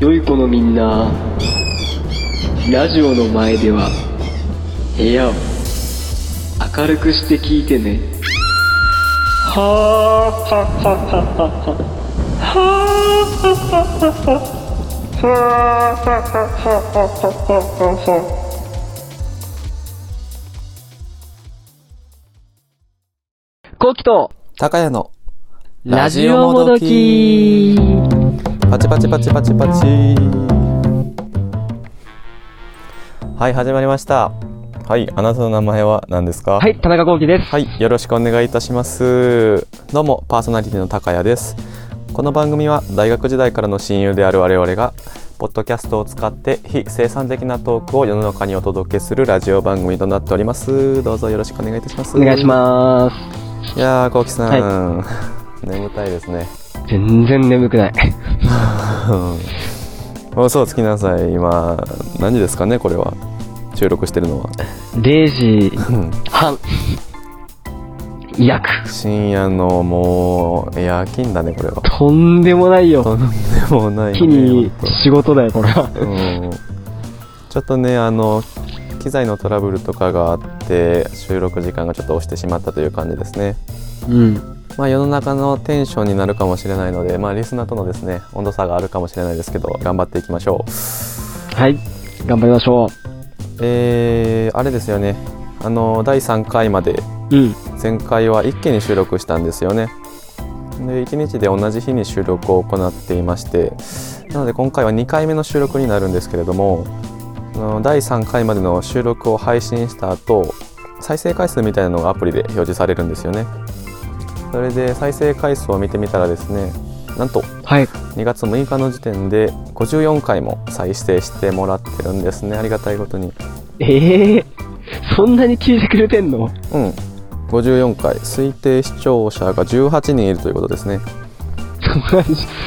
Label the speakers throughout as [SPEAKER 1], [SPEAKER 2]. [SPEAKER 1] 良い子のみんなラジオの前では部屋を明るくして聞いてねはあはははは
[SPEAKER 2] コウキと
[SPEAKER 3] 高谷の
[SPEAKER 2] ラジオもどき
[SPEAKER 3] パチパチパチパチパチはい始まりましたはいあなたの名前は何ですか、
[SPEAKER 2] はいい、田中幸喜です。
[SPEAKER 3] はい、よろしくお願いいたしますどうもパーソナリティの高谷ですこの番組は大学時代からの親友である我々がポッドキャストを使って非生産的なトークを世の中にお届けするラジオ番組となっておりますどうぞよろしくお願いいたします
[SPEAKER 2] お願いします
[SPEAKER 3] いやーこうきさん、眠たいですね。
[SPEAKER 2] 全然眠くない。
[SPEAKER 3] うん嘘をつきなさい今何時ですかねこれは収録してるのは
[SPEAKER 2] 0時
[SPEAKER 3] うん
[SPEAKER 2] 半。約。
[SPEAKER 3] 深夜のもう夜勤だねこれは
[SPEAKER 2] とんでもないよ。
[SPEAKER 3] とんでもないね
[SPEAKER 2] 日に
[SPEAKER 3] 本
[SPEAKER 2] 仕事だよ、これは。
[SPEAKER 3] 当うんちょっとねあの機材のトラブルとかがあって収録時間がちょっと押してしまったという感じですね
[SPEAKER 2] うん。
[SPEAKER 3] まあ世の中のテンションになるかもしれないのでまあリスナーとのですね温度差があるかもしれないですけど頑張っていきましょう
[SPEAKER 2] はい。頑張りましょ
[SPEAKER 3] えー、あれですよねあの第3回まで
[SPEAKER 2] う。うん。
[SPEAKER 3] 前回は一気に収録したんですよねで1日で同じ日に収録を行っていましてなので今回は2回目の収録になるんですけれどもあの第3回までの収録を配信した後再生回数みたいなのがアプリで表示されるんですよねそれで再生回数を見てみたらですねなんと
[SPEAKER 2] はい。
[SPEAKER 3] 2月6日の時点で54回も再生してもらってるんですねありがたいことに
[SPEAKER 2] ええー、そんなに聞いてくれてんの
[SPEAKER 3] うん54回推定視聴者が18人いるということですね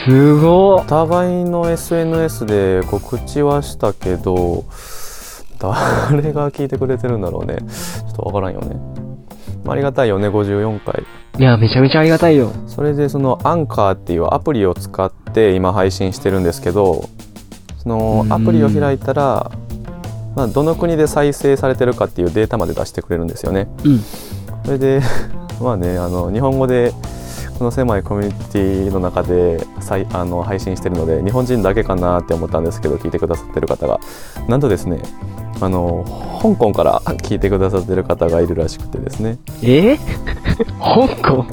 [SPEAKER 2] すごっ
[SPEAKER 3] お。互いの SNS で告知はしたけど誰が聞いてくれてるんだろうねちょっとわからんよね、まあ、ありがたいよね54回
[SPEAKER 2] いや、めちゃめちゃありがたいよ。
[SPEAKER 3] それでそのアンカーっていうアプリを使って今配信してるんですけどその
[SPEAKER 2] うん
[SPEAKER 3] アプリを開いたら、まあ、どの国で再生されてるかっていうデータまで出してくれるんですよね
[SPEAKER 2] うん。
[SPEAKER 3] それで まあねあの日本語でこの狭いコミュニティの中でさいあの配信してるので日本人だけかなって思ったんですけど聞いてくださってる方がなんとですねあの香港から 聞いてくださってる方がいるらしくてですね
[SPEAKER 2] えー、香港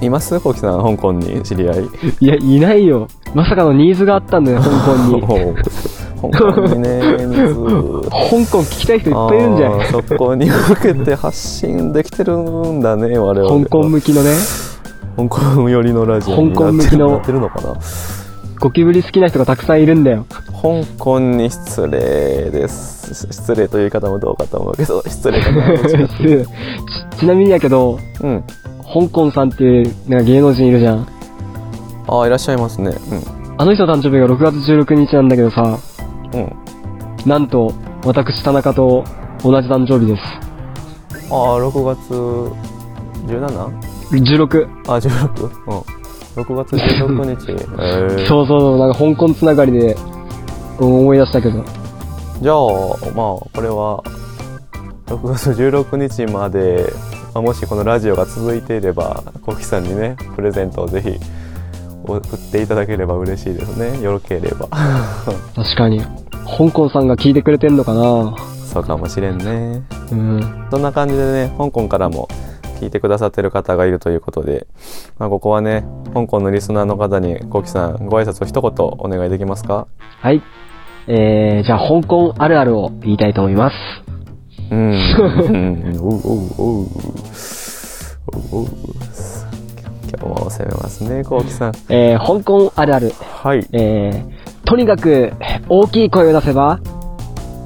[SPEAKER 3] いますこうきさん香港に知り合い
[SPEAKER 2] いや、いないよ。まさかのニーズがあったんだよ、香港 に。
[SPEAKER 3] おう香港にね
[SPEAKER 2] 香
[SPEAKER 3] 水
[SPEAKER 2] 港聞きたい人いっぱいいるんじゃん
[SPEAKER 3] あ。ーそこに向けて発信できてるんだね我々
[SPEAKER 2] 香港向きのね、
[SPEAKER 3] 香港寄りのラジオに
[SPEAKER 2] 香港
[SPEAKER 3] な
[SPEAKER 2] 向
[SPEAKER 3] って
[SPEAKER 2] き
[SPEAKER 3] る
[SPEAKER 2] の
[SPEAKER 3] なってるのかな
[SPEAKER 2] ゴキブリ好きな人がたくさんいるんだ よ。
[SPEAKER 3] 香港に失礼ですし失礼という言い方もどうかと思うけど失礼かなどっちか
[SPEAKER 2] ちちなみにやけど、
[SPEAKER 3] うん
[SPEAKER 2] 香港さんっていうなんか芸能人いるじゃん。
[SPEAKER 3] ああいらっしゃいますね
[SPEAKER 2] あの人の誕生日が6月16日なんだけどさ、
[SPEAKER 3] うんうん
[SPEAKER 2] なんと、私、田中と同じ誕生日です。
[SPEAKER 3] ああ6月 17?
[SPEAKER 2] 16。
[SPEAKER 3] あ16うん6月16日、えー
[SPEAKER 2] そうそうそう、なんか香港つながりで、うん思い出したけど。
[SPEAKER 3] じゃあまあこれは6月16日まで、まあ、もしこのラジオが続いていればコキさんにねプレゼントをぜひ送っていただければ嬉しいですねよろければ
[SPEAKER 2] 確かに。香港さんが聞いてくれてんのかな
[SPEAKER 3] そうかもしれんね
[SPEAKER 2] うん。
[SPEAKER 3] そんな感じでね香港からも聞いてくださってる方がいるということで、まあ、ここはね香港のリスナーの方にコキさんご挨拶を一言お願いできますか
[SPEAKER 2] はい。えー、じゃあ香港あるあるを言いたいと思います。
[SPEAKER 3] うん。うんおうおうおう。おうおう。今日も攻めますね、こうきさん。
[SPEAKER 2] えー香港あるある、
[SPEAKER 3] はい。
[SPEAKER 2] えーとにかく大きい声を出せば、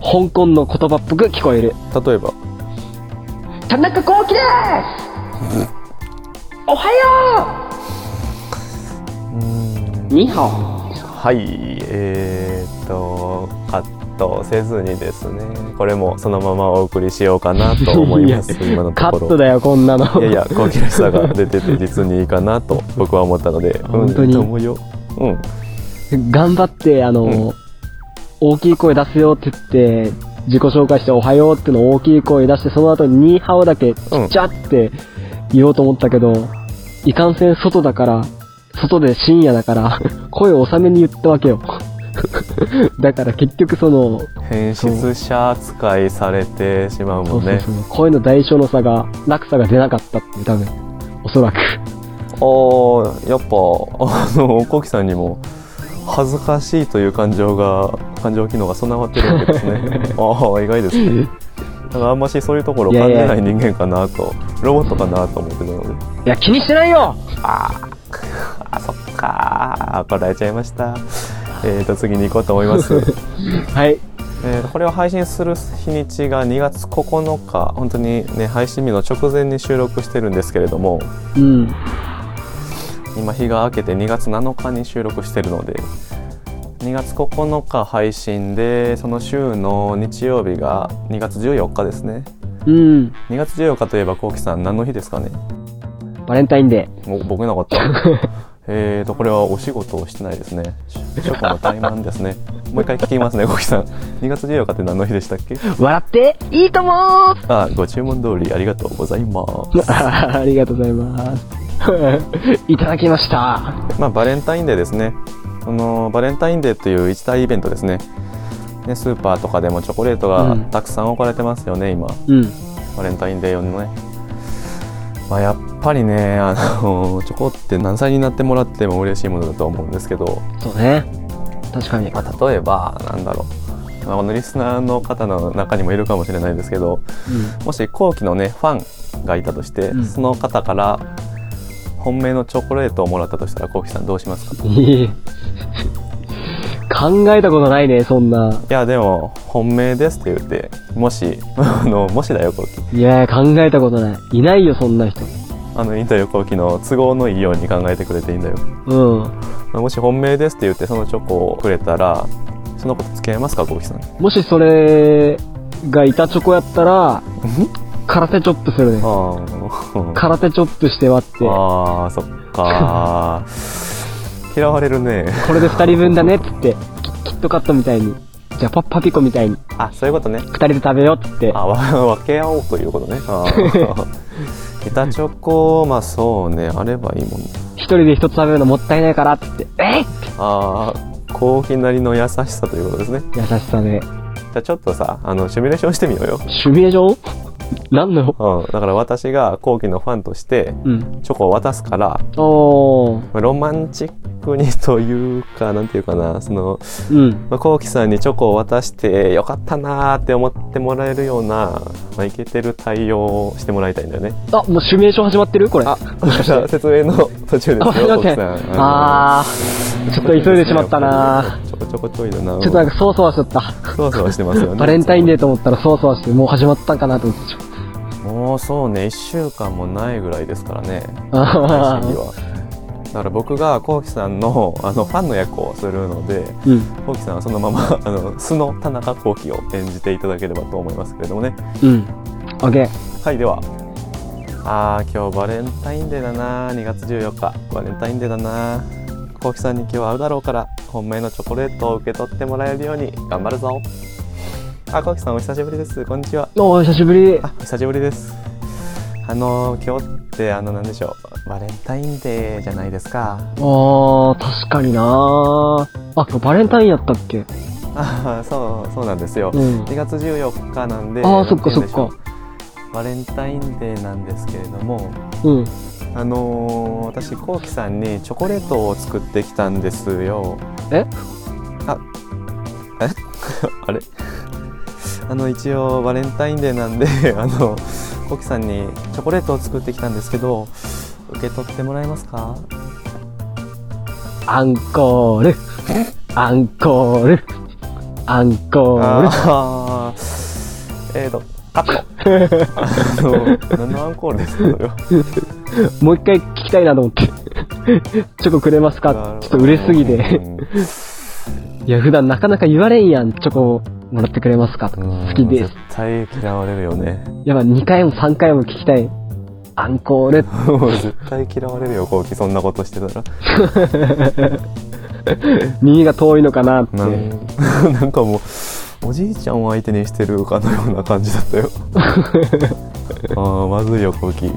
[SPEAKER 2] 香港の言葉っぽく聞こえる。
[SPEAKER 3] 例えば。
[SPEAKER 2] 田中幸喜ですおはようニハオ
[SPEAKER 3] はい。えー、っと、カットせずにですね、これもそのままお送りしようかなと思います、今の
[SPEAKER 2] カ
[SPEAKER 3] とこ
[SPEAKER 2] ット
[SPEAKER 3] ろ。
[SPEAKER 2] だよ、こんなの。
[SPEAKER 3] いやいや、こうきらしさが出てて実にいいかなと僕は思ったので、うん
[SPEAKER 2] 本当に
[SPEAKER 3] いいと思うよ。うん。
[SPEAKER 2] 頑張って、あの、
[SPEAKER 3] うん
[SPEAKER 2] 大きい声出すよって言って、自己紹介しておはようってのを大きい声出して、その後にニーハオだけちっちゃって言おうと思ったけど、いかんせん外だから、外で深夜だから、声を収めに言ったわけ よ。だから結局その、
[SPEAKER 3] 変質者扱いされてしまう
[SPEAKER 2] そ
[SPEAKER 3] も
[SPEAKER 2] うんそう
[SPEAKER 3] ね
[SPEAKER 2] そう声の代償の差が、落差が出なかったっていう、多分、おそらく。
[SPEAKER 3] ああやっぱあのコキさんにも恥ずかしいという感情が感情機能が備わってるわけ ですねああ意外ですねだからあんましそういうところを感じない人間かなとロボットかなと思ってたので
[SPEAKER 2] いや、気にしてないよ
[SPEAKER 3] あそっかーこらえちゃいましたえーと次に行こうと思います
[SPEAKER 2] はい。
[SPEAKER 3] えーとこれを配信する日にちが2月9日本当にね配信日の直前に収録してるんですけれども
[SPEAKER 2] うん。
[SPEAKER 3] 今日が明けて2月7日に収録してるので2月9日配信でその週の日曜日が2月14日ですね
[SPEAKER 2] うん。
[SPEAKER 3] 2月14日といえばこうきさん何の日ですかね
[SPEAKER 2] バレンタインデ
[SPEAKER 3] もう僕なか ったえーとこれはお仕事をしてないですね初夏の怠慢ですねもう一回聞きますねこうきさん2月14日って何の日でしたっけ
[SPEAKER 2] ー。笑って、いいともー
[SPEAKER 3] あご注文通りありがとうございま す
[SPEAKER 2] ありがとうございます。 いただきました。
[SPEAKER 3] まあ、バレンタインデーですねそのバレンタインデーという一大イベントですねねスーパーとかでもチョコレートが
[SPEAKER 2] うん
[SPEAKER 3] たくさん置かれてますよね、今
[SPEAKER 2] うん。
[SPEAKER 3] バレンタインデー用のね、まあ、やっぱりねあの チョコって何歳になってもらっても嬉しいものだと思うんですけど、
[SPEAKER 2] そうね。確かに。
[SPEAKER 3] まあ、例えばなんだろう、まあ、このリスナーの方の中にもいるかもしれないですけどもし後期のねファンがいたとして、
[SPEAKER 2] うん
[SPEAKER 3] その方から本命のチョコレートをもらったとしたらこうきさんどうしますか
[SPEAKER 2] うん。いい 考えたことないね、そんな。
[SPEAKER 3] いやでも本命ですって言ってもし あのもしだよこうき
[SPEAKER 2] いや考えたことない。いないよ、そんな人。
[SPEAKER 3] あのいいんだよこうきの都合のいいように考えてくれていいんだよ
[SPEAKER 2] うん。
[SPEAKER 3] もし本命ですって言ってそのチョコをくれたらそのこと付き合いますかこうきさん
[SPEAKER 2] もしそれが板チョコやったら、空手チョップするね。
[SPEAKER 3] あ
[SPEAKER 2] 空手チョップして割って、こ
[SPEAKER 3] あーそっかー 嫌われるね
[SPEAKER 2] れで二人分だねっつって、キキットカットみたいに、ジャパッパピコみたいに、
[SPEAKER 3] あそういうことね
[SPEAKER 2] 二人で食べようっつって。
[SPEAKER 3] あわ分け合おうということねあー 板チョコまあそうねあればいいもんね
[SPEAKER 2] 一人で一つ食べるのもったいないからって言って、えい
[SPEAKER 3] ああコうきなりの優しさということですね
[SPEAKER 2] 優しさで。
[SPEAKER 3] じゃあちょっとさあのシミュレーションしてみようよ
[SPEAKER 2] シミュレーション何の
[SPEAKER 3] うん、だから私が後期のファンとして
[SPEAKER 2] うん。
[SPEAKER 3] チョコを渡すから
[SPEAKER 2] おー。
[SPEAKER 3] まあロマンチックにというかなんていうかなその、
[SPEAKER 2] うん。
[SPEAKER 3] まあ、後期さんにチョコを渡してよかったなーって思ってもらえるような、まあ、イケてる対応をしてもらいたいん だよね
[SPEAKER 2] あ、もうシミュレーション始まってるこれ。
[SPEAKER 3] あもしかしたら説明の途中
[SPEAKER 2] あ
[SPEAKER 3] です
[SPEAKER 2] すい
[SPEAKER 3] よ
[SPEAKER 2] ま
[SPEAKER 3] 後
[SPEAKER 2] せ
[SPEAKER 3] 期
[SPEAKER 2] ん。
[SPEAKER 3] さん
[SPEAKER 2] あー。ちょっと急いでしまったな
[SPEAKER 3] ちょこちょこちょいだな
[SPEAKER 2] ちょっとなんかそわそわしちゃった。
[SPEAKER 3] そわそわしてますよね
[SPEAKER 2] バレンタインデーと思ったらそわそわして、もう始まったんかなと思ってちょ
[SPEAKER 3] もうそうね1週間もないぐらいですからね
[SPEAKER 2] あ
[SPEAKER 3] 配信日はだから僕がこうきさんのあのファンの役をするので
[SPEAKER 2] ー。うん。
[SPEAKER 3] こうきさんはそのまま あの素の田中こうきを演じていただければと思いますけれどもね
[SPEAKER 2] うん。オッケー。
[SPEAKER 3] はいではあー今日バレンタインデーだな2月14日バレンタインデーだなこうきさんに今日会うだろうから本命のチョコレートを受け取ってもらえるように頑張るぞあこうきさんお久しぶりですこんにちは
[SPEAKER 2] おー、久しぶり。
[SPEAKER 3] あお久しぶりですあの今日ってあの何でしょうバレンタインデーじゃないですか
[SPEAKER 2] あー、確かになー。あ、今日バレンタインやったっけ
[SPEAKER 3] ああ そうそうなんですよ、
[SPEAKER 2] うん。
[SPEAKER 3] 2月14日なんで
[SPEAKER 2] あー、そっかそっか
[SPEAKER 3] なんて。言うんでしょうバレンタインデーなんですけれども
[SPEAKER 2] うん。
[SPEAKER 3] あのー、私こうきさんにチョコレートを作ってきたんですよ
[SPEAKER 2] え
[SPEAKER 3] あえあれ あの一応バレンタインデーなんで あのこうきさんにチョコレートを作ってきたんですけど受け取ってもらえますか
[SPEAKER 2] アンコール。アンコール。アンコール。
[SPEAKER 3] あー えーとカ ットあの何のアンコールですかそれは
[SPEAKER 2] もう一回聞きたいなと思って。 チョコくれますかちょっと嬉しすぎ
[SPEAKER 3] う
[SPEAKER 2] て。
[SPEAKER 3] ん
[SPEAKER 2] いや、普段なかなか言われんやん。チョコもらってくれますか
[SPEAKER 3] うん
[SPEAKER 2] 好きです
[SPEAKER 3] 絶。対嫌われるよね
[SPEAKER 2] やっぱ2回も3回も聞きたい。アンコール。
[SPEAKER 3] もう絶対嫌われるよこうきそんなことしてたら
[SPEAKER 2] 耳が遠いのかなって。
[SPEAKER 3] なん なんかもうおじいちゃんを相手にしてるかのような感じだ ったよああまずいよコウキい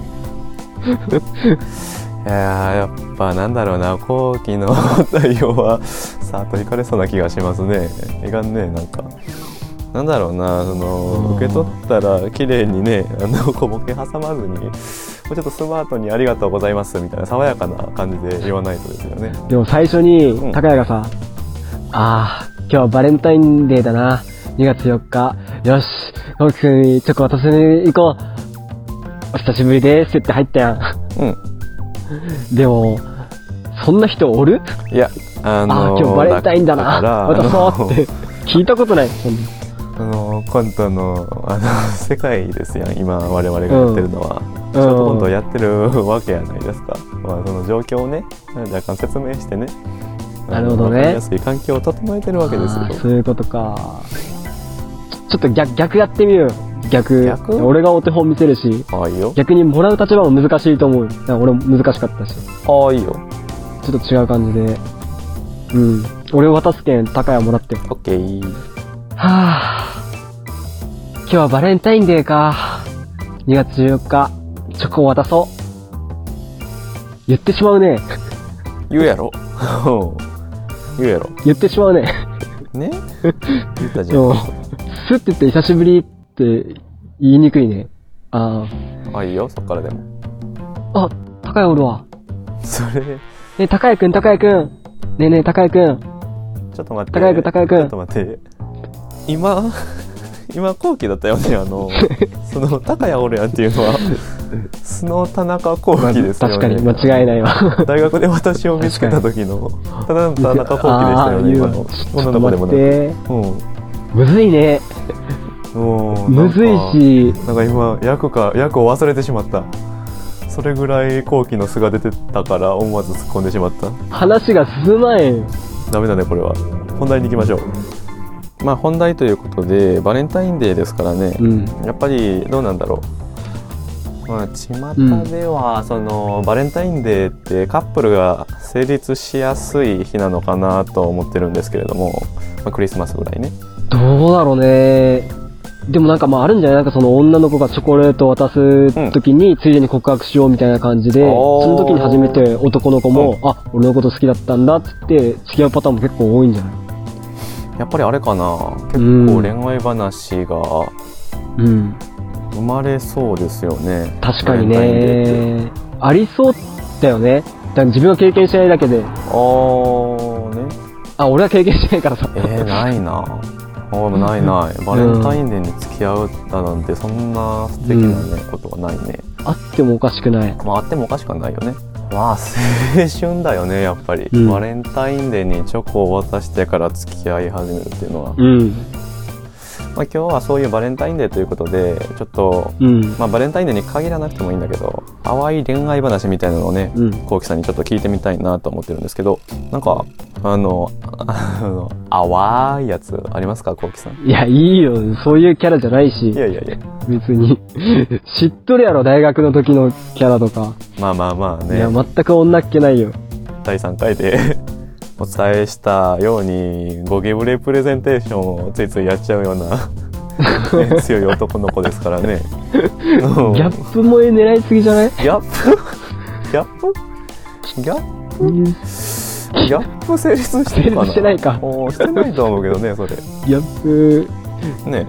[SPEAKER 3] やーやっぱなんだろうなコウキの対応はさっと引かれそうな気がしますねいかんねなんかなんだろうなその受け取ったら綺麗にねあの小ボケ挟まずにもうちょっとスマートに「ありがとうございます」みたいな爽やかな感じで言わないとですよね
[SPEAKER 2] でも最初に
[SPEAKER 3] うん、
[SPEAKER 2] 高谷がさ、ああ、今日はバレンタインデーだな。2月4日。よし、青木くんにチョコ渡せに行こう。お久しぶりですって言って入ったやん。
[SPEAKER 3] う ん
[SPEAKER 2] でも、そんな人おる
[SPEAKER 3] いや、あ
[SPEAKER 2] あ
[SPEAKER 3] の
[SPEAKER 2] あ、今日バレンタインだな。
[SPEAKER 3] から
[SPEAKER 2] 渡そ
[SPEAKER 3] あ
[SPEAKER 2] う
[SPEAKER 3] の
[SPEAKER 2] って。聞いたことない。そんな
[SPEAKER 3] あのコントのあの 世界ですやん今我々がやってるのは、ショートコントをやってるわけやないですか、まあ、その状況をね若干説明してね
[SPEAKER 2] なるほどね
[SPEAKER 3] わかりやすい環境を整えてるわけです
[SPEAKER 2] あー
[SPEAKER 3] よ
[SPEAKER 2] そういうことか。ちょっと逆、逆やってみようよ。逆。
[SPEAKER 3] 逆
[SPEAKER 2] 俺がお手本見せるし、
[SPEAKER 3] ああいいよ
[SPEAKER 2] 逆にもらう立場も難しいと思うよ。だから俺も難しかったし。
[SPEAKER 3] ああいいよ
[SPEAKER 2] ちょっと違う感じで。うん。俺を渡すけん、高谷もらって。は
[SPEAKER 3] オッケー
[SPEAKER 2] あ。今日はバレンタインデーか。2月14日、チョコを渡そう。言ってしまうね。
[SPEAKER 3] 言うやろ 言うやろ
[SPEAKER 2] 言ってしまうね。
[SPEAKER 3] ね言ったじ
[SPEAKER 2] で
[SPEAKER 3] ゃん
[SPEAKER 2] も、スッて言って久しぶりって言いにくいね。あ
[SPEAKER 3] ああいいよそっからでも
[SPEAKER 2] あ。あ、高谷おるわ。
[SPEAKER 3] それ
[SPEAKER 2] ねえ、高谷くん、高谷くん。ねえねえ、高谷くん。
[SPEAKER 3] ちょっと待って。
[SPEAKER 2] 高井君高井君
[SPEAKER 3] ちょっと待って。今、 今、後期だったよね。あの、その、高谷おるやんっていうのは、スノー田中後期ですよね。
[SPEAKER 2] 確かに、間違いないわ。
[SPEAKER 3] 大学で私を見つけた時の、ただの田中後期でしたよね、今
[SPEAKER 2] あー
[SPEAKER 3] の。
[SPEAKER 2] 言うわちょ
[SPEAKER 3] 女
[SPEAKER 2] っと
[SPEAKER 3] の子で
[SPEAKER 2] 待
[SPEAKER 3] も
[SPEAKER 2] っ
[SPEAKER 3] なく。
[SPEAKER 2] て。
[SPEAKER 3] うん。
[SPEAKER 2] むずいね。
[SPEAKER 3] もう
[SPEAKER 2] むずい。し、
[SPEAKER 3] なんかなんか今、役か、役を忘れてしまった。それぐらい後期の素が出てたから、思わず突っ込んでしまった。
[SPEAKER 2] 話が進まへん。
[SPEAKER 3] ダメだねこれは本題に行きましょうまあ本題ということでバレンタインデーですからね、
[SPEAKER 2] うん。
[SPEAKER 3] やっぱりどうなんだろうまあ巷ではそのバレンタインデーってカップルが成立しやすい日なのかなと思ってるんですけれども、まあ、クリスマスぐらいね
[SPEAKER 2] どうだろうね。でもなんかまああるんじゃないなんかその女の子がチョコレートを渡す時についでに告白しようみたいな感じで、
[SPEAKER 3] あー
[SPEAKER 2] その時に初めて男の子も、あ、俺のこと好きだったんだっつって付き合うパターンも結構多いんじゃない
[SPEAKER 3] やっぱりあれかな結
[SPEAKER 2] う
[SPEAKER 3] 構
[SPEAKER 2] ん
[SPEAKER 3] 恋愛話が
[SPEAKER 2] うん。
[SPEAKER 3] 生まれそうですよね
[SPEAKER 2] 確かに
[SPEAKER 3] バレンタインデーって
[SPEAKER 2] ね。ありそうだよね。だから自分は経験しないだけで、
[SPEAKER 3] あーね
[SPEAKER 2] あ、俺は経験しないからさ。
[SPEAKER 3] えー、ないな。おーないない。バレンタインデーに付き合うだなんて、そんな素敵な、ねことはないね。
[SPEAKER 2] あってもおかしくない。
[SPEAKER 3] まあ、あってもおかしくはないよね。まあ、青春だよね、やっぱり、
[SPEAKER 2] うん
[SPEAKER 3] バレンタインデーにチョコを渡してから付き合い始めるっていうのは。ま
[SPEAKER 2] うん。
[SPEAKER 3] あ、今日はそういうバレンタインデーということで、ちょっと、
[SPEAKER 2] うん。
[SPEAKER 3] まあ、バレンタインデーに限らなくてもいいんだけど、淡い恋愛話みたいなのをね、
[SPEAKER 2] うん。
[SPEAKER 3] こうきさんにちょっと聞いてみたいなと思ってるんですけど、なんか、あの、あの、淡いやつありますか、こうきさん。
[SPEAKER 2] いや、いいよ。そういうキャラじゃないし
[SPEAKER 3] い。やいやいや。
[SPEAKER 2] 別に。 知っとるやろ、大学の時のキャラとか。
[SPEAKER 3] まあまあまあ
[SPEAKER 2] い
[SPEAKER 3] ね
[SPEAKER 2] や、全く女っ気ないよ。
[SPEAKER 3] 第3回で お伝えしたようにゴキブレプレゼンテーションをついついやっちゃうよう なね強い男の子ですからね。うん
[SPEAKER 2] ギャップ萌え狙いすぎじゃない
[SPEAKER 3] ギャップギャップギャップギャップ成立してるかな
[SPEAKER 2] 成立してないか
[SPEAKER 3] おーしてないと思うけどねそれ。
[SPEAKER 2] ギャップ、
[SPEAKER 3] ね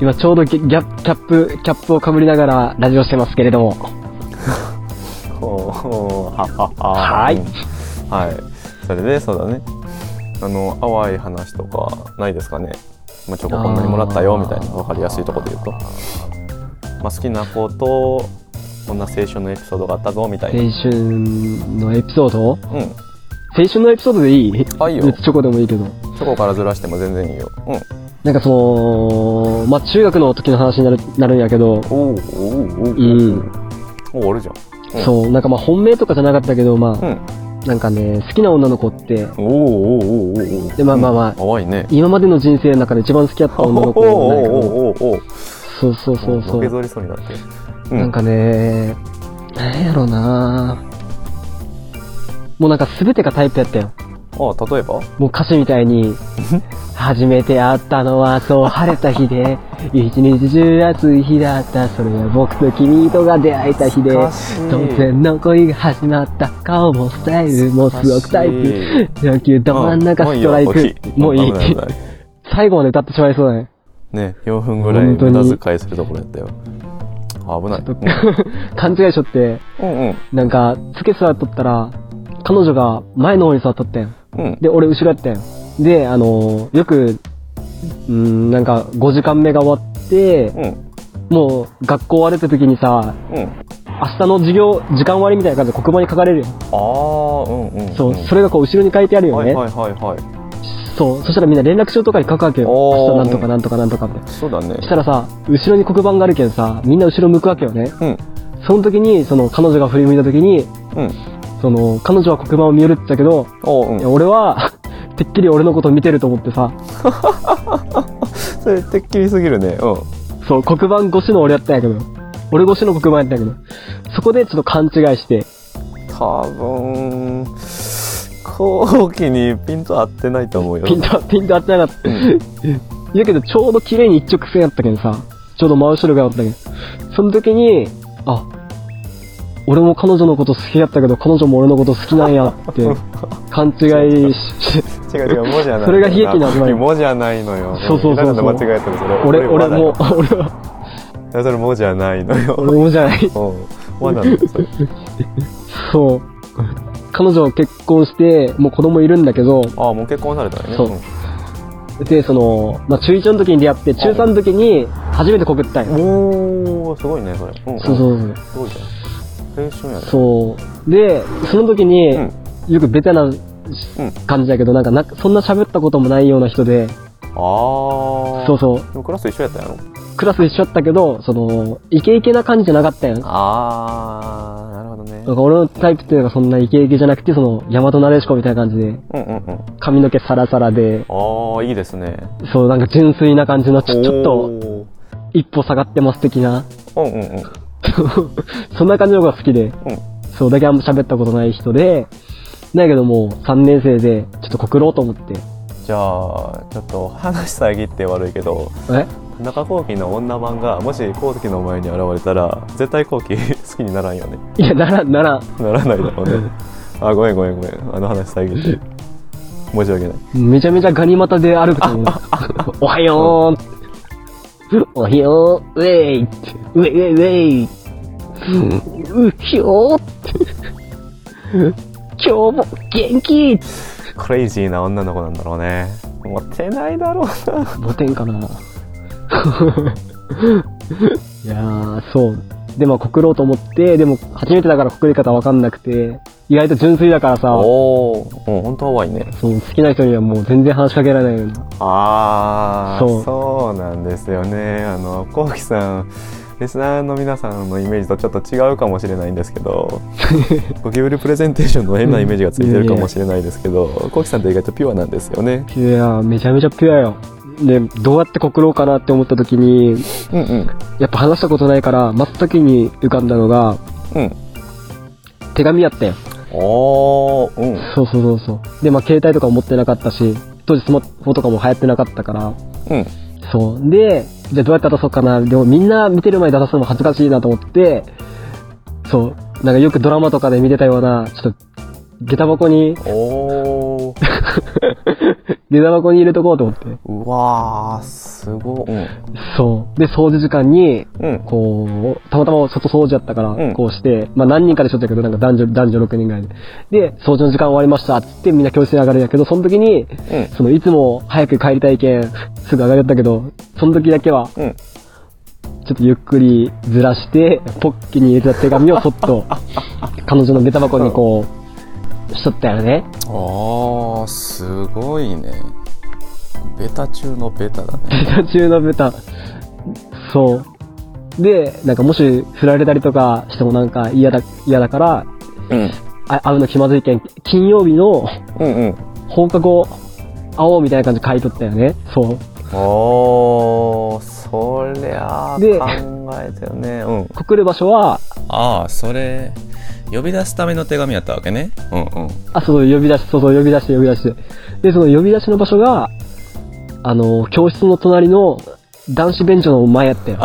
[SPEAKER 2] 今ちょうどギャギャキャップ、キャップをかぶりながらラジオしてますけれども。
[SPEAKER 3] おーおーははは
[SPEAKER 2] はい
[SPEAKER 3] うんはい。それでそうだね。あの淡い話とかないですかね。まあ、チョコこんなにもらったよみたいな分かりやすいところで言うと、まあ、好きな子とこんな青春のエピソードがあったぞみたいな。
[SPEAKER 2] 青春のエピソード
[SPEAKER 3] うん。
[SPEAKER 2] 青春のエピソードでいい
[SPEAKER 3] あいいよ
[SPEAKER 2] 別にチョコでもいいけど。
[SPEAKER 3] チョコからずらしても全然いいよ。うん。
[SPEAKER 2] なんかその、まあ、中学の時の話になる、なるんやけど、
[SPEAKER 3] おおおおお
[SPEAKER 2] うん。
[SPEAKER 3] おおあるじゃん。うん
[SPEAKER 2] そう、なんかまあ、本命とかじゃなかったけど、ま
[SPEAKER 3] う
[SPEAKER 2] あ、
[SPEAKER 3] ん。
[SPEAKER 2] なんかね、好きな女の子って、
[SPEAKER 3] おおおおおおお。
[SPEAKER 2] でまあまあまあ
[SPEAKER 3] うん、淡いね。
[SPEAKER 2] 今までの人生の中で一番好きだった
[SPEAKER 3] お
[SPEAKER 2] 女の
[SPEAKER 3] お
[SPEAKER 2] 子なんやけど、
[SPEAKER 3] おおおお。
[SPEAKER 2] そうそうそうそ
[SPEAKER 3] のけ
[SPEAKER 2] う。
[SPEAKER 3] ぞりそうになって。う
[SPEAKER 2] なんかね、なんやろうなもうなんか全てがタイプやったよ。
[SPEAKER 3] あ例えば
[SPEAKER 2] もう歌詞みたいに、初めて会ったのはそう晴れた日 で、一日中暑い日だった、それは僕と君とが出会えた日で、
[SPEAKER 3] 懐かしい
[SPEAKER 2] 突然の恋が始まった、顔もスタイルもすごくタイプ、上級ど真ん中ストライク、も
[SPEAKER 3] も
[SPEAKER 2] う
[SPEAKER 3] う
[SPEAKER 2] い
[SPEAKER 3] い
[SPEAKER 2] い
[SPEAKER 3] いよ。危ない危ない
[SPEAKER 2] 最後まで歌ってしまいそうだね。
[SPEAKER 3] ね、4分ぐらい
[SPEAKER 2] 本当に
[SPEAKER 3] 無駄遣いするところやったよ。あ危ない。
[SPEAKER 2] 勘違いしとって、
[SPEAKER 3] うんうん
[SPEAKER 2] なんか、つけ座っとったら、彼女が前の方に座っとったよ。
[SPEAKER 3] うん。うん。
[SPEAKER 2] で、俺後ろやったよ。で、あのーよく、うーん、なんか5時間目が終わって、
[SPEAKER 3] うん。
[SPEAKER 2] もう学校終われた時にさ、
[SPEAKER 3] うん。
[SPEAKER 2] 明日の授業、時間割りみたいな感じで黒板に書かれるよ。
[SPEAKER 3] ああ、うんうん。
[SPEAKER 2] そう、
[SPEAKER 3] ん
[SPEAKER 2] それがこう後ろに書いてあるよ
[SPEAKER 3] は
[SPEAKER 2] ね。
[SPEAKER 3] いはいはいはい。
[SPEAKER 2] そう、そしたらみんな連絡帳とかに書くわけよ。
[SPEAKER 3] おー
[SPEAKER 2] 明日なんとかなんとかなんとかって。
[SPEAKER 3] そうだね
[SPEAKER 2] そ。したらさ、後ろに黒板があるけんさ、みんな後ろ向くわけよね。
[SPEAKER 3] うん。
[SPEAKER 2] その時に、その彼女が振り向いた時に、
[SPEAKER 3] うん。
[SPEAKER 2] その彼女は黒板を見よるって言ったけど、
[SPEAKER 3] おう
[SPEAKER 2] い
[SPEAKER 3] ん
[SPEAKER 2] や。俺は、 てっきり俺のこと見てると思ってさ、
[SPEAKER 3] それ、てっきりすぎるね。うん。
[SPEAKER 2] そう、黒板越しの俺やったんやけど、俺越しの黒板やったんやけど、そこでちょっと勘違いして、
[SPEAKER 3] 多分、後期にピント合ってないと思うよ。
[SPEAKER 2] ピント、 ピント合ってなかった。やけど、ちょうど綺麗に一直線やったけどさ、ちょうど真後ろがあったけど、その時に、あ、俺も彼女のこと好きやったけど、彼女も俺のこと好きなんやって、勘違 いし、
[SPEAKER 3] 違う違う、もじゃない。
[SPEAKER 2] それが悲劇の始まり
[SPEAKER 3] もじゃないのよ。
[SPEAKER 2] そうそうそうそう
[SPEAKER 3] ひらがな間違えたらそ
[SPEAKER 2] 俺、
[SPEAKER 3] れ。わ
[SPEAKER 2] 俺
[SPEAKER 3] だ
[SPEAKER 2] も
[SPEAKER 3] よ、
[SPEAKER 2] 俺は、
[SPEAKER 3] いやそれもじゃないのよ。
[SPEAKER 2] 俺もじゃない。
[SPEAKER 3] うん。わだなのよ、それ。
[SPEAKER 2] そう。彼女結婚して、もう子供いるんだけど、
[SPEAKER 3] ああ、もう結婚されたんやね。
[SPEAKER 2] そうで、その、まあ、中1の時に出会って、中3の時に初めて告ったん
[SPEAKER 3] う
[SPEAKER 2] よ。
[SPEAKER 3] ん。おー、すごいね、それ。うん。
[SPEAKER 2] そうそうそう。
[SPEAKER 3] すごいじゃん。青春やね。
[SPEAKER 2] そう。で、その時に、
[SPEAKER 3] うん
[SPEAKER 2] よくベタなし
[SPEAKER 3] うん
[SPEAKER 2] 感じだけど、なんかな、そんな喋ったこともないような人で、
[SPEAKER 3] ああ。
[SPEAKER 2] そうそう。
[SPEAKER 3] でもクラス一緒やったんやろ
[SPEAKER 2] クラス一緒だったけど、その、イケイケな感じじゃなかったやん。なんか
[SPEAKER 3] ああ、なるほどね。
[SPEAKER 2] 俺のタイプっていうのがそんなイケイケじゃなくて、その、ヤマトナデシコみたいな感じで、
[SPEAKER 3] うんうんうん。
[SPEAKER 2] 髪の毛サラサラで、
[SPEAKER 3] ああ、いいですね。
[SPEAKER 2] そう、なんか純粋な感じの、ちょちょっと、
[SPEAKER 3] と。
[SPEAKER 2] 一歩下がってます的な、
[SPEAKER 3] うんうんうん。
[SPEAKER 2] そんな感じの方が好きで、
[SPEAKER 3] うん
[SPEAKER 2] そうだけあんま喋ったことない人で、だけどもう3年生でちょっと告ろうと思って、
[SPEAKER 3] じゃあ、ちょっと話遮って悪いけど、
[SPEAKER 2] え
[SPEAKER 3] 田中幸喜の女版が、もし幸喜の前に現れたら、絶対幸喜 好きにならんよね。
[SPEAKER 2] いや、ならん、ならん。
[SPEAKER 3] ならないだ ろうね。あ、ごめんごめんごめん。あの話遮って。申し訳ない。
[SPEAKER 2] めちゃめちゃガニ股で歩くと 思う。おはようおはようウェイってウェイウェイウェイうひょーって今日も元気
[SPEAKER 3] クレイジーな女の子なんだろうね。モテないだろうな。
[SPEAKER 2] モテんかないやー、そう。で、まあ、告ろうと思って、でも、初めてだから告り方わかんなくて、意外と純粋だからさ、
[SPEAKER 3] おお、うん、本当は淡いね。
[SPEAKER 2] その好きな人にはもう全然話しかけられないような。
[SPEAKER 3] ああ
[SPEAKER 2] そう
[SPEAKER 3] そうなんですよねあのこうきさんリスナーの皆さんのイメージとちょっと違うかもしれないんですけ どゴキブリプレゼンテーションの変なイメージがついてるかもしれないですけどこうきさんって意外とピュアなんですよね
[SPEAKER 2] いやー、めちゃめちゃピュアよ。で、どうやって告ろうかなって思った時に、
[SPEAKER 3] うんうん
[SPEAKER 2] やっぱ話したことないから、真っ先に浮かんだのが、
[SPEAKER 3] うん
[SPEAKER 2] 手紙やったよ。
[SPEAKER 3] おーうん
[SPEAKER 2] そうそうそうそう。で、まあ、携帯とかも持ってなかったし、当時スマホとかも流行ってなかったから、
[SPEAKER 3] うん
[SPEAKER 2] そう。で、じゃあどうやって渡そうかな。でもみんな見てる前で渡すのも恥ずかしいなと思って、そう。なんかよくドラマとかで見てたような、ちょっと、下駄箱に、
[SPEAKER 3] おー
[SPEAKER 2] 下駄箱に入れとこうと思って。
[SPEAKER 3] うわーすごいうん
[SPEAKER 2] そう。で、掃除時間に、
[SPEAKER 3] うん
[SPEAKER 2] こう、たまたま外掃除やったから、
[SPEAKER 3] うん
[SPEAKER 2] こうして、まあ何人かでしょったけど、なんか男女、男女6人ぐらいで。で、掃除の時間終わりましたっつってみんな教室に上がるんやけど、その時に、
[SPEAKER 3] うん
[SPEAKER 2] そのいつも早く帰りたいけん、すぐ上がりやったけど、その時だけは、
[SPEAKER 3] うん
[SPEAKER 2] ちょっとゆっくりずらして、ポッキに入れた手紙をそっ と、彼女の下駄箱にこう、しとったよね。
[SPEAKER 3] ああすごいねベタ中のベタだね
[SPEAKER 2] ベタ中のベタ。そう。で、なんかもし振られたりとかしてもなんか嫌だ、嫌だから、
[SPEAKER 3] うん
[SPEAKER 2] あ会うの気まずいけん、金曜日の
[SPEAKER 3] うんうん
[SPEAKER 2] 放課後、会おうみたいな感じで書いとったよね。そう。
[SPEAKER 3] おーそりゃあ
[SPEAKER 2] で
[SPEAKER 3] 考えたよねうん
[SPEAKER 2] 隠れ場所は、
[SPEAKER 3] ああそれ呼び出すための手紙やったわけねうんうん
[SPEAKER 2] あ、そうそう、呼び出し、そうそう、呼び出して、呼び出して。で、その呼び出しの場所が、あの、教室の隣の男子便所の前やったよ。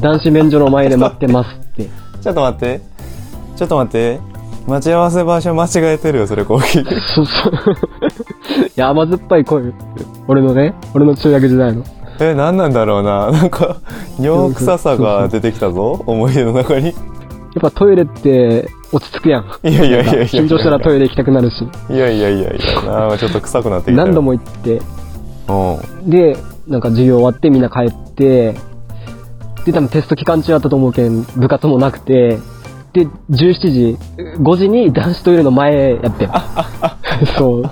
[SPEAKER 2] 男子便所の前で待ってますって。
[SPEAKER 3] ちょっと待ってちょっと待って待ち合わせ場所間違えてるよそれコーヒー
[SPEAKER 2] そうそう。いや、甘酸っぱい声。俺のね、俺の中学時代の。
[SPEAKER 3] え何なんだろうななんか尿臭さが出てきたぞ思い出の中に
[SPEAKER 2] やっぱトイレって落ち着くやん。
[SPEAKER 3] いやいやいやいや
[SPEAKER 2] 緊張したらトイレ行きたくなるし。
[SPEAKER 3] いやいやいやいやなあちょっと臭くなってきたよ
[SPEAKER 2] 何度も行って、
[SPEAKER 3] うん
[SPEAKER 2] で、なんか授業終わってみんな帰って、で、多分テスト期間中だったと思うけん、部活もなくて、で、17時、5時に男子トイレの前やってん そう。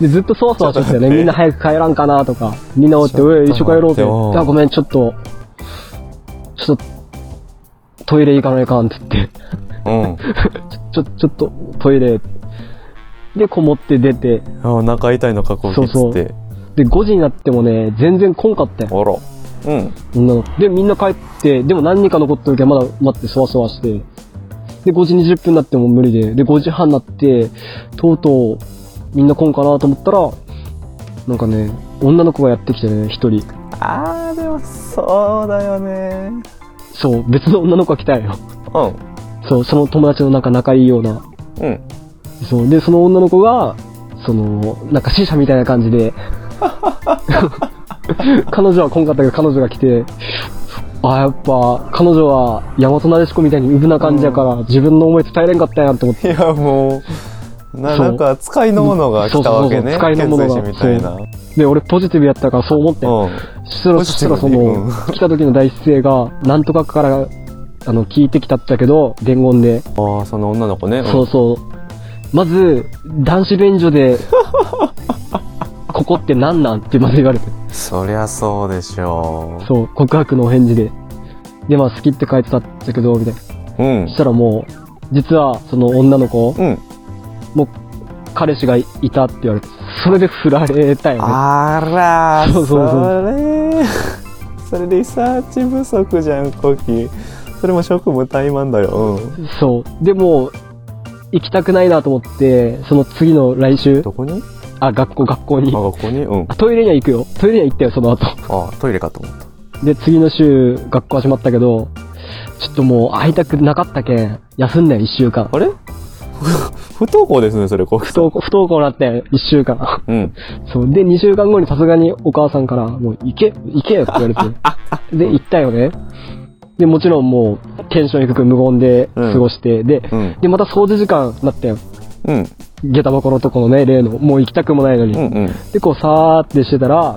[SPEAKER 2] で、ずっとそわそわしてたよね。みんな早く帰らんかなとか、みんなおって、
[SPEAKER 3] ちょっと
[SPEAKER 2] お
[SPEAKER 3] 待っ
[SPEAKER 2] い、
[SPEAKER 3] て
[SPEAKER 2] 一緒帰ろうって、
[SPEAKER 3] うん
[SPEAKER 2] あ、ごめん、ちょっと、ちょっと、トイレ行かないかんって言って。
[SPEAKER 3] うん
[SPEAKER 2] ちょ、ちょっと、トイレ。で、こもって出て。
[SPEAKER 3] あお腹痛いのかこうきっつって
[SPEAKER 2] そうそうで、5時になってもね、全然来んかったよ。
[SPEAKER 3] あらうん
[SPEAKER 2] みんなの。で、みんな帰って、でも何人か残ってるけど、まだ待って、そわそわして。で、5時20分になっても無理で。で、5時半になって、とうとう、みんな来んかなと思ったら、なんかね、女の子がやってきてね、一人。
[SPEAKER 3] あーでもそうだよね
[SPEAKER 2] そう、別の女の子が来たんよ。
[SPEAKER 3] う
[SPEAKER 2] そう、その友達のなんか仲いいような。
[SPEAKER 3] んうん
[SPEAKER 2] そう。で、その女の子が、その、なんか死者みたいな感じ で、彼女は来んかったけど、彼女が来て、あ、やっぱ、彼女は、大和なでしこみたいにウブな感じやから、自分の思い伝えれんかったんやんと思って。
[SPEAKER 3] いやもうな
[SPEAKER 2] そう
[SPEAKER 3] なんか使いのものが来たわけね
[SPEAKER 2] そうそうそう使いのものが
[SPEAKER 3] 遣隋使みたいな
[SPEAKER 2] で、俺ポジティブやったからそう思って。
[SPEAKER 3] う
[SPEAKER 2] そしたら、そ
[SPEAKER 3] ポジ
[SPEAKER 2] し
[SPEAKER 3] テ
[SPEAKER 2] た
[SPEAKER 3] ィブ
[SPEAKER 2] ら
[SPEAKER 3] に
[SPEAKER 2] その
[SPEAKER 3] うん、
[SPEAKER 2] 来た時の第一声が、なんとかから、あの、聞いてきたったけど、伝言で。
[SPEAKER 3] んああその女の子ねうん
[SPEAKER 2] そうそう。まず、男子便所 で、ここって何なんってまず言われて。
[SPEAKER 3] そりゃそうでしょ
[SPEAKER 2] そう、告白のお返事で。で、まあ、好きって書いてたんだけど、みたいな。
[SPEAKER 3] ううん
[SPEAKER 2] そしたらもう、実は、その女の子、
[SPEAKER 3] うん
[SPEAKER 2] 彼氏がいたって言われて、それで振られたよね。
[SPEAKER 3] あら
[SPEAKER 2] そうそうそ
[SPEAKER 3] れそれリサーチ不足じゃんコキそれも職務怠慢だよ、うん、
[SPEAKER 2] そう。でも、行きたくないなと思って、その次の来週、
[SPEAKER 3] どこに
[SPEAKER 2] あ、学校、学校
[SPEAKER 3] あ
[SPEAKER 2] に。
[SPEAKER 3] ここにうん
[SPEAKER 2] あトイレには行くよ。トイレには行ったよ、その後。
[SPEAKER 3] あトイレかと思った
[SPEAKER 2] で、次の週、学校始まったけど、ちょっともう会いたくなかったけん、休んだよ、一週間。
[SPEAKER 3] あれ 不登校ですねそれコキ
[SPEAKER 2] 不登校、不登校になったよ、一週間。
[SPEAKER 3] うん
[SPEAKER 2] そう。で、2週間後にさすがにお母さんから、もう行け、行けよって言われ て。で、行ったよね。で、もちろんもう、テンション低く無言で過ごして、で、
[SPEAKER 3] うん
[SPEAKER 2] で、また掃除時間になったよ。
[SPEAKER 3] うん
[SPEAKER 2] 下駄箱のとこのね、例の、もう行きたくもないのに。
[SPEAKER 3] うんうん
[SPEAKER 2] で、こう、さーってしてたら、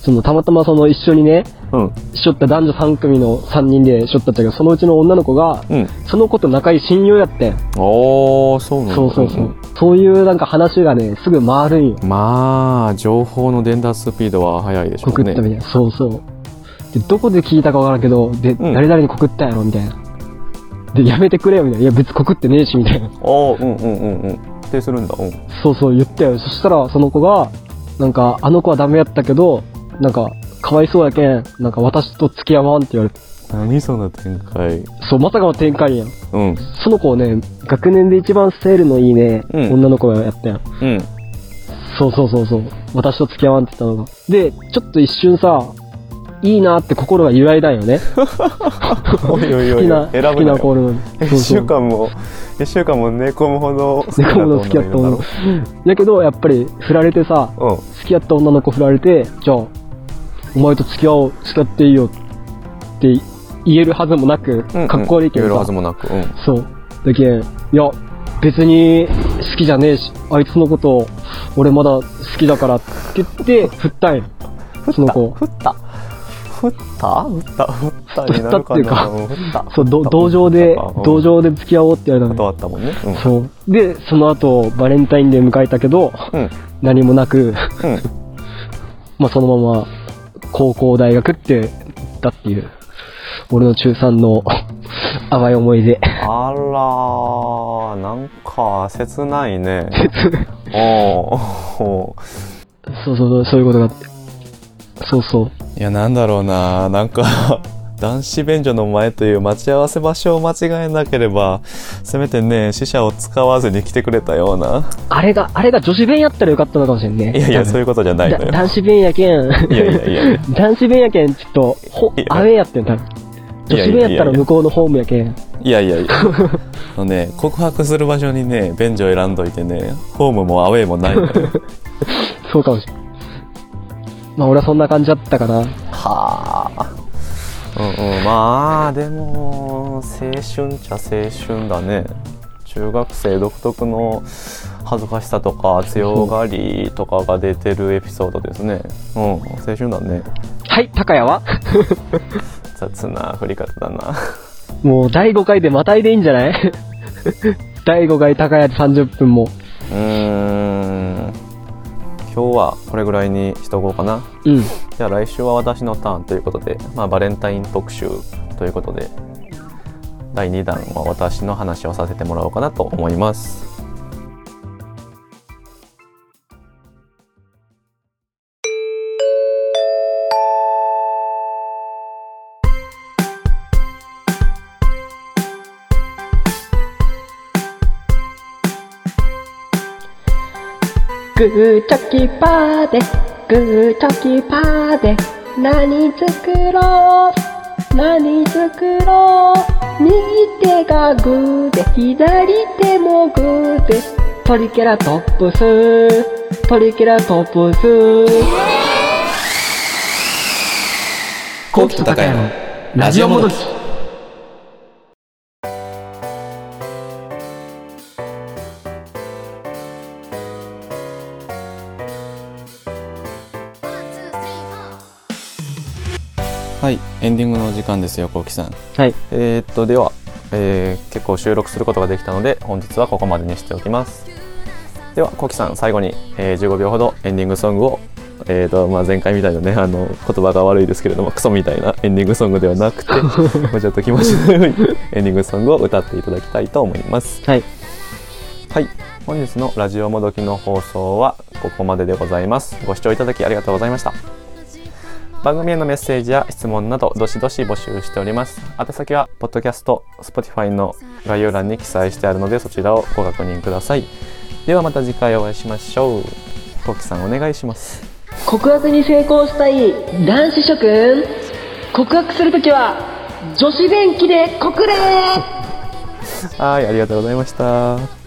[SPEAKER 2] その、たまたまその一緒にね、
[SPEAKER 3] うん
[SPEAKER 2] しょった男女3組の3人でしょったんだけど、そのうちの女の子が、
[SPEAKER 3] うん
[SPEAKER 2] その子と仲いい親友やったよ。
[SPEAKER 3] おーそうなんだ
[SPEAKER 2] そうそうそ
[SPEAKER 3] ん
[SPEAKER 2] う。そういうなんか話がね、すぐ回るんよ。
[SPEAKER 3] んまあ情報の伝達スピードは速いでしょ
[SPEAKER 2] 告
[SPEAKER 3] う
[SPEAKER 2] ったみた
[SPEAKER 3] ね
[SPEAKER 2] いな、そうそうでどこで聞いたかわからんけどで、
[SPEAKER 3] ん
[SPEAKER 2] 誰々に告ったんやろみたいなでやめてくれよみたいないや別に告ってねえしみたいな
[SPEAKER 3] おーうんうんうんうんってするんだうん
[SPEAKER 2] そうそう言ったよそしたらその子がなんかあの子はダメやったけどなんかかわいそうやけんなんか私と付き合わんって言われて
[SPEAKER 3] 何その展開
[SPEAKER 2] そうまさかの展開やん
[SPEAKER 3] うん
[SPEAKER 2] その子をね学年で一番セールのいいね、
[SPEAKER 3] うん
[SPEAKER 2] 女の子がやったやん
[SPEAKER 3] うん
[SPEAKER 2] そうそうそうそう私と付き合わんって言ったのがでちょっと一瞬さいいなって心が揺らいだんよね
[SPEAKER 3] おいおい
[SPEAKER 2] 好
[SPEAKER 3] おい
[SPEAKER 2] きな、
[SPEAKER 3] 選ぶなよ
[SPEAKER 2] 好きな子おるのに。
[SPEAKER 3] 一週間も一週間も寝込むほど好き
[SPEAKER 2] で、
[SPEAKER 3] な
[SPEAKER 2] 今度好きやった女の
[SPEAKER 3] 子
[SPEAKER 2] 子。だけど、やっぱり、振られてさ、
[SPEAKER 3] うん
[SPEAKER 2] 好きやった女の子振られて、じゃあ、お前と付き合おう、付き合っていいよって言えるはずもなく、
[SPEAKER 3] うんうん
[SPEAKER 2] かっこ悪いけ
[SPEAKER 3] 言える
[SPEAKER 2] ど
[SPEAKER 3] は
[SPEAKER 2] さ
[SPEAKER 3] ず、もなくうん
[SPEAKER 2] そう。だけん、いや、別に好きじゃねえし、あいつのこと、俺まだ好きだからって言って、振ったんや。その子。
[SPEAKER 3] ふったふったふった
[SPEAKER 2] ふ
[SPEAKER 3] に
[SPEAKER 2] っ
[SPEAKER 3] な
[SPEAKER 2] た
[SPEAKER 3] る
[SPEAKER 2] って
[SPEAKER 3] か
[SPEAKER 2] いうか
[SPEAKER 3] なうんふった
[SPEAKER 2] そう、ど同情で
[SPEAKER 3] あうん、
[SPEAKER 2] 同情で付き合おうって言われたの。
[SPEAKER 3] 断ったもんね
[SPEAKER 2] そう。で、その後、バレンタインデー迎えたけど、
[SPEAKER 3] うんうん
[SPEAKER 2] 何もなく、
[SPEAKER 3] うん
[SPEAKER 2] まあそのまま、高校、大学って、だっていう、俺の中3の甘い思い出。
[SPEAKER 3] あらーなんか切ないねおーおー
[SPEAKER 2] そうそうそう、そういうことがあって。そうそう。
[SPEAKER 3] いやなんだろうななんか男子便所の前という待ち合わせ場所を間違えなければ、せめてね、死者を使わずに来てくれたような。
[SPEAKER 2] あれが、あれが女子弁やったらよかったのかもしれんね。
[SPEAKER 3] いやいや、そういうことじゃない
[SPEAKER 2] だ
[SPEAKER 3] のよ。
[SPEAKER 2] 男子弁やけん。
[SPEAKER 3] いやいやいやいや。
[SPEAKER 2] 男子弁やけん、ちょっと、ほ
[SPEAKER 3] いや、
[SPEAKER 2] アウェーやってん、多分。
[SPEAKER 3] い
[SPEAKER 2] 女
[SPEAKER 3] や
[SPEAKER 2] 子
[SPEAKER 3] いやいやいや
[SPEAKER 2] 弁やったら向こうのホームやけん。
[SPEAKER 3] いやいやいや。あのね、告白する場所にね、便所選んどいてね、ホームもアウェイもないのよ。
[SPEAKER 2] そうかもしれん。まあ俺はそんな感じだったかな。
[SPEAKER 3] はあ。うんうん、まあでも青春っちゃ青春だね中学生独特の恥ずかしさとか強がりとかが出てるエピソードですねうん青春だね
[SPEAKER 2] はい、高谷は
[SPEAKER 3] 雑な振り方だな
[SPEAKER 2] もう第5回でまたいでいいんじゃない 第5回高谷で30分も。
[SPEAKER 3] うーん今日はこれぐらいにしとこうかな
[SPEAKER 2] うん。
[SPEAKER 3] じゃあ来週は私のターンということで、まあ、バレンタイン特集ということで第2弾は私の話をさせてもらおうかなと思います
[SPEAKER 4] グーチョキパーで、グーチョキパーで、何作ろう何作ろう右手がグーで、左手もグーで、トリケラトップス、トリケラトップス。
[SPEAKER 1] コキと高山のラジオもどき。
[SPEAKER 3] はい、エンディングのお時間ですよ、こうきさん。
[SPEAKER 2] はい。
[SPEAKER 3] えーっと、では、えー結構収録することができたので、本日はここまでにしておきます。では、こうきさん、最後に、えー15秒ほどエンディングソングを、えーっと、まあ、前回みたいなね、あの、言葉が悪いですけれども、クソみたいなエンディングソングでは なくて、もうちょっと気持ちの良いエンディングソングを歌っていただきたいと思います。
[SPEAKER 2] はい。
[SPEAKER 3] はい。本日のラジオもどきの放送はここまででございます。ご視聴いただきありがとうございました。番組へのメッセージや質問などどしどし募集しております宛先はポッドキャスト Spotify の概要欄に記載してあるのでそちらをご確認くださいではまた次回お会いしましょうコキさんお願いします
[SPEAKER 4] 告白に成功したい男子諸君告白するときは女子便器で告れ
[SPEAKER 3] はいありがとうございました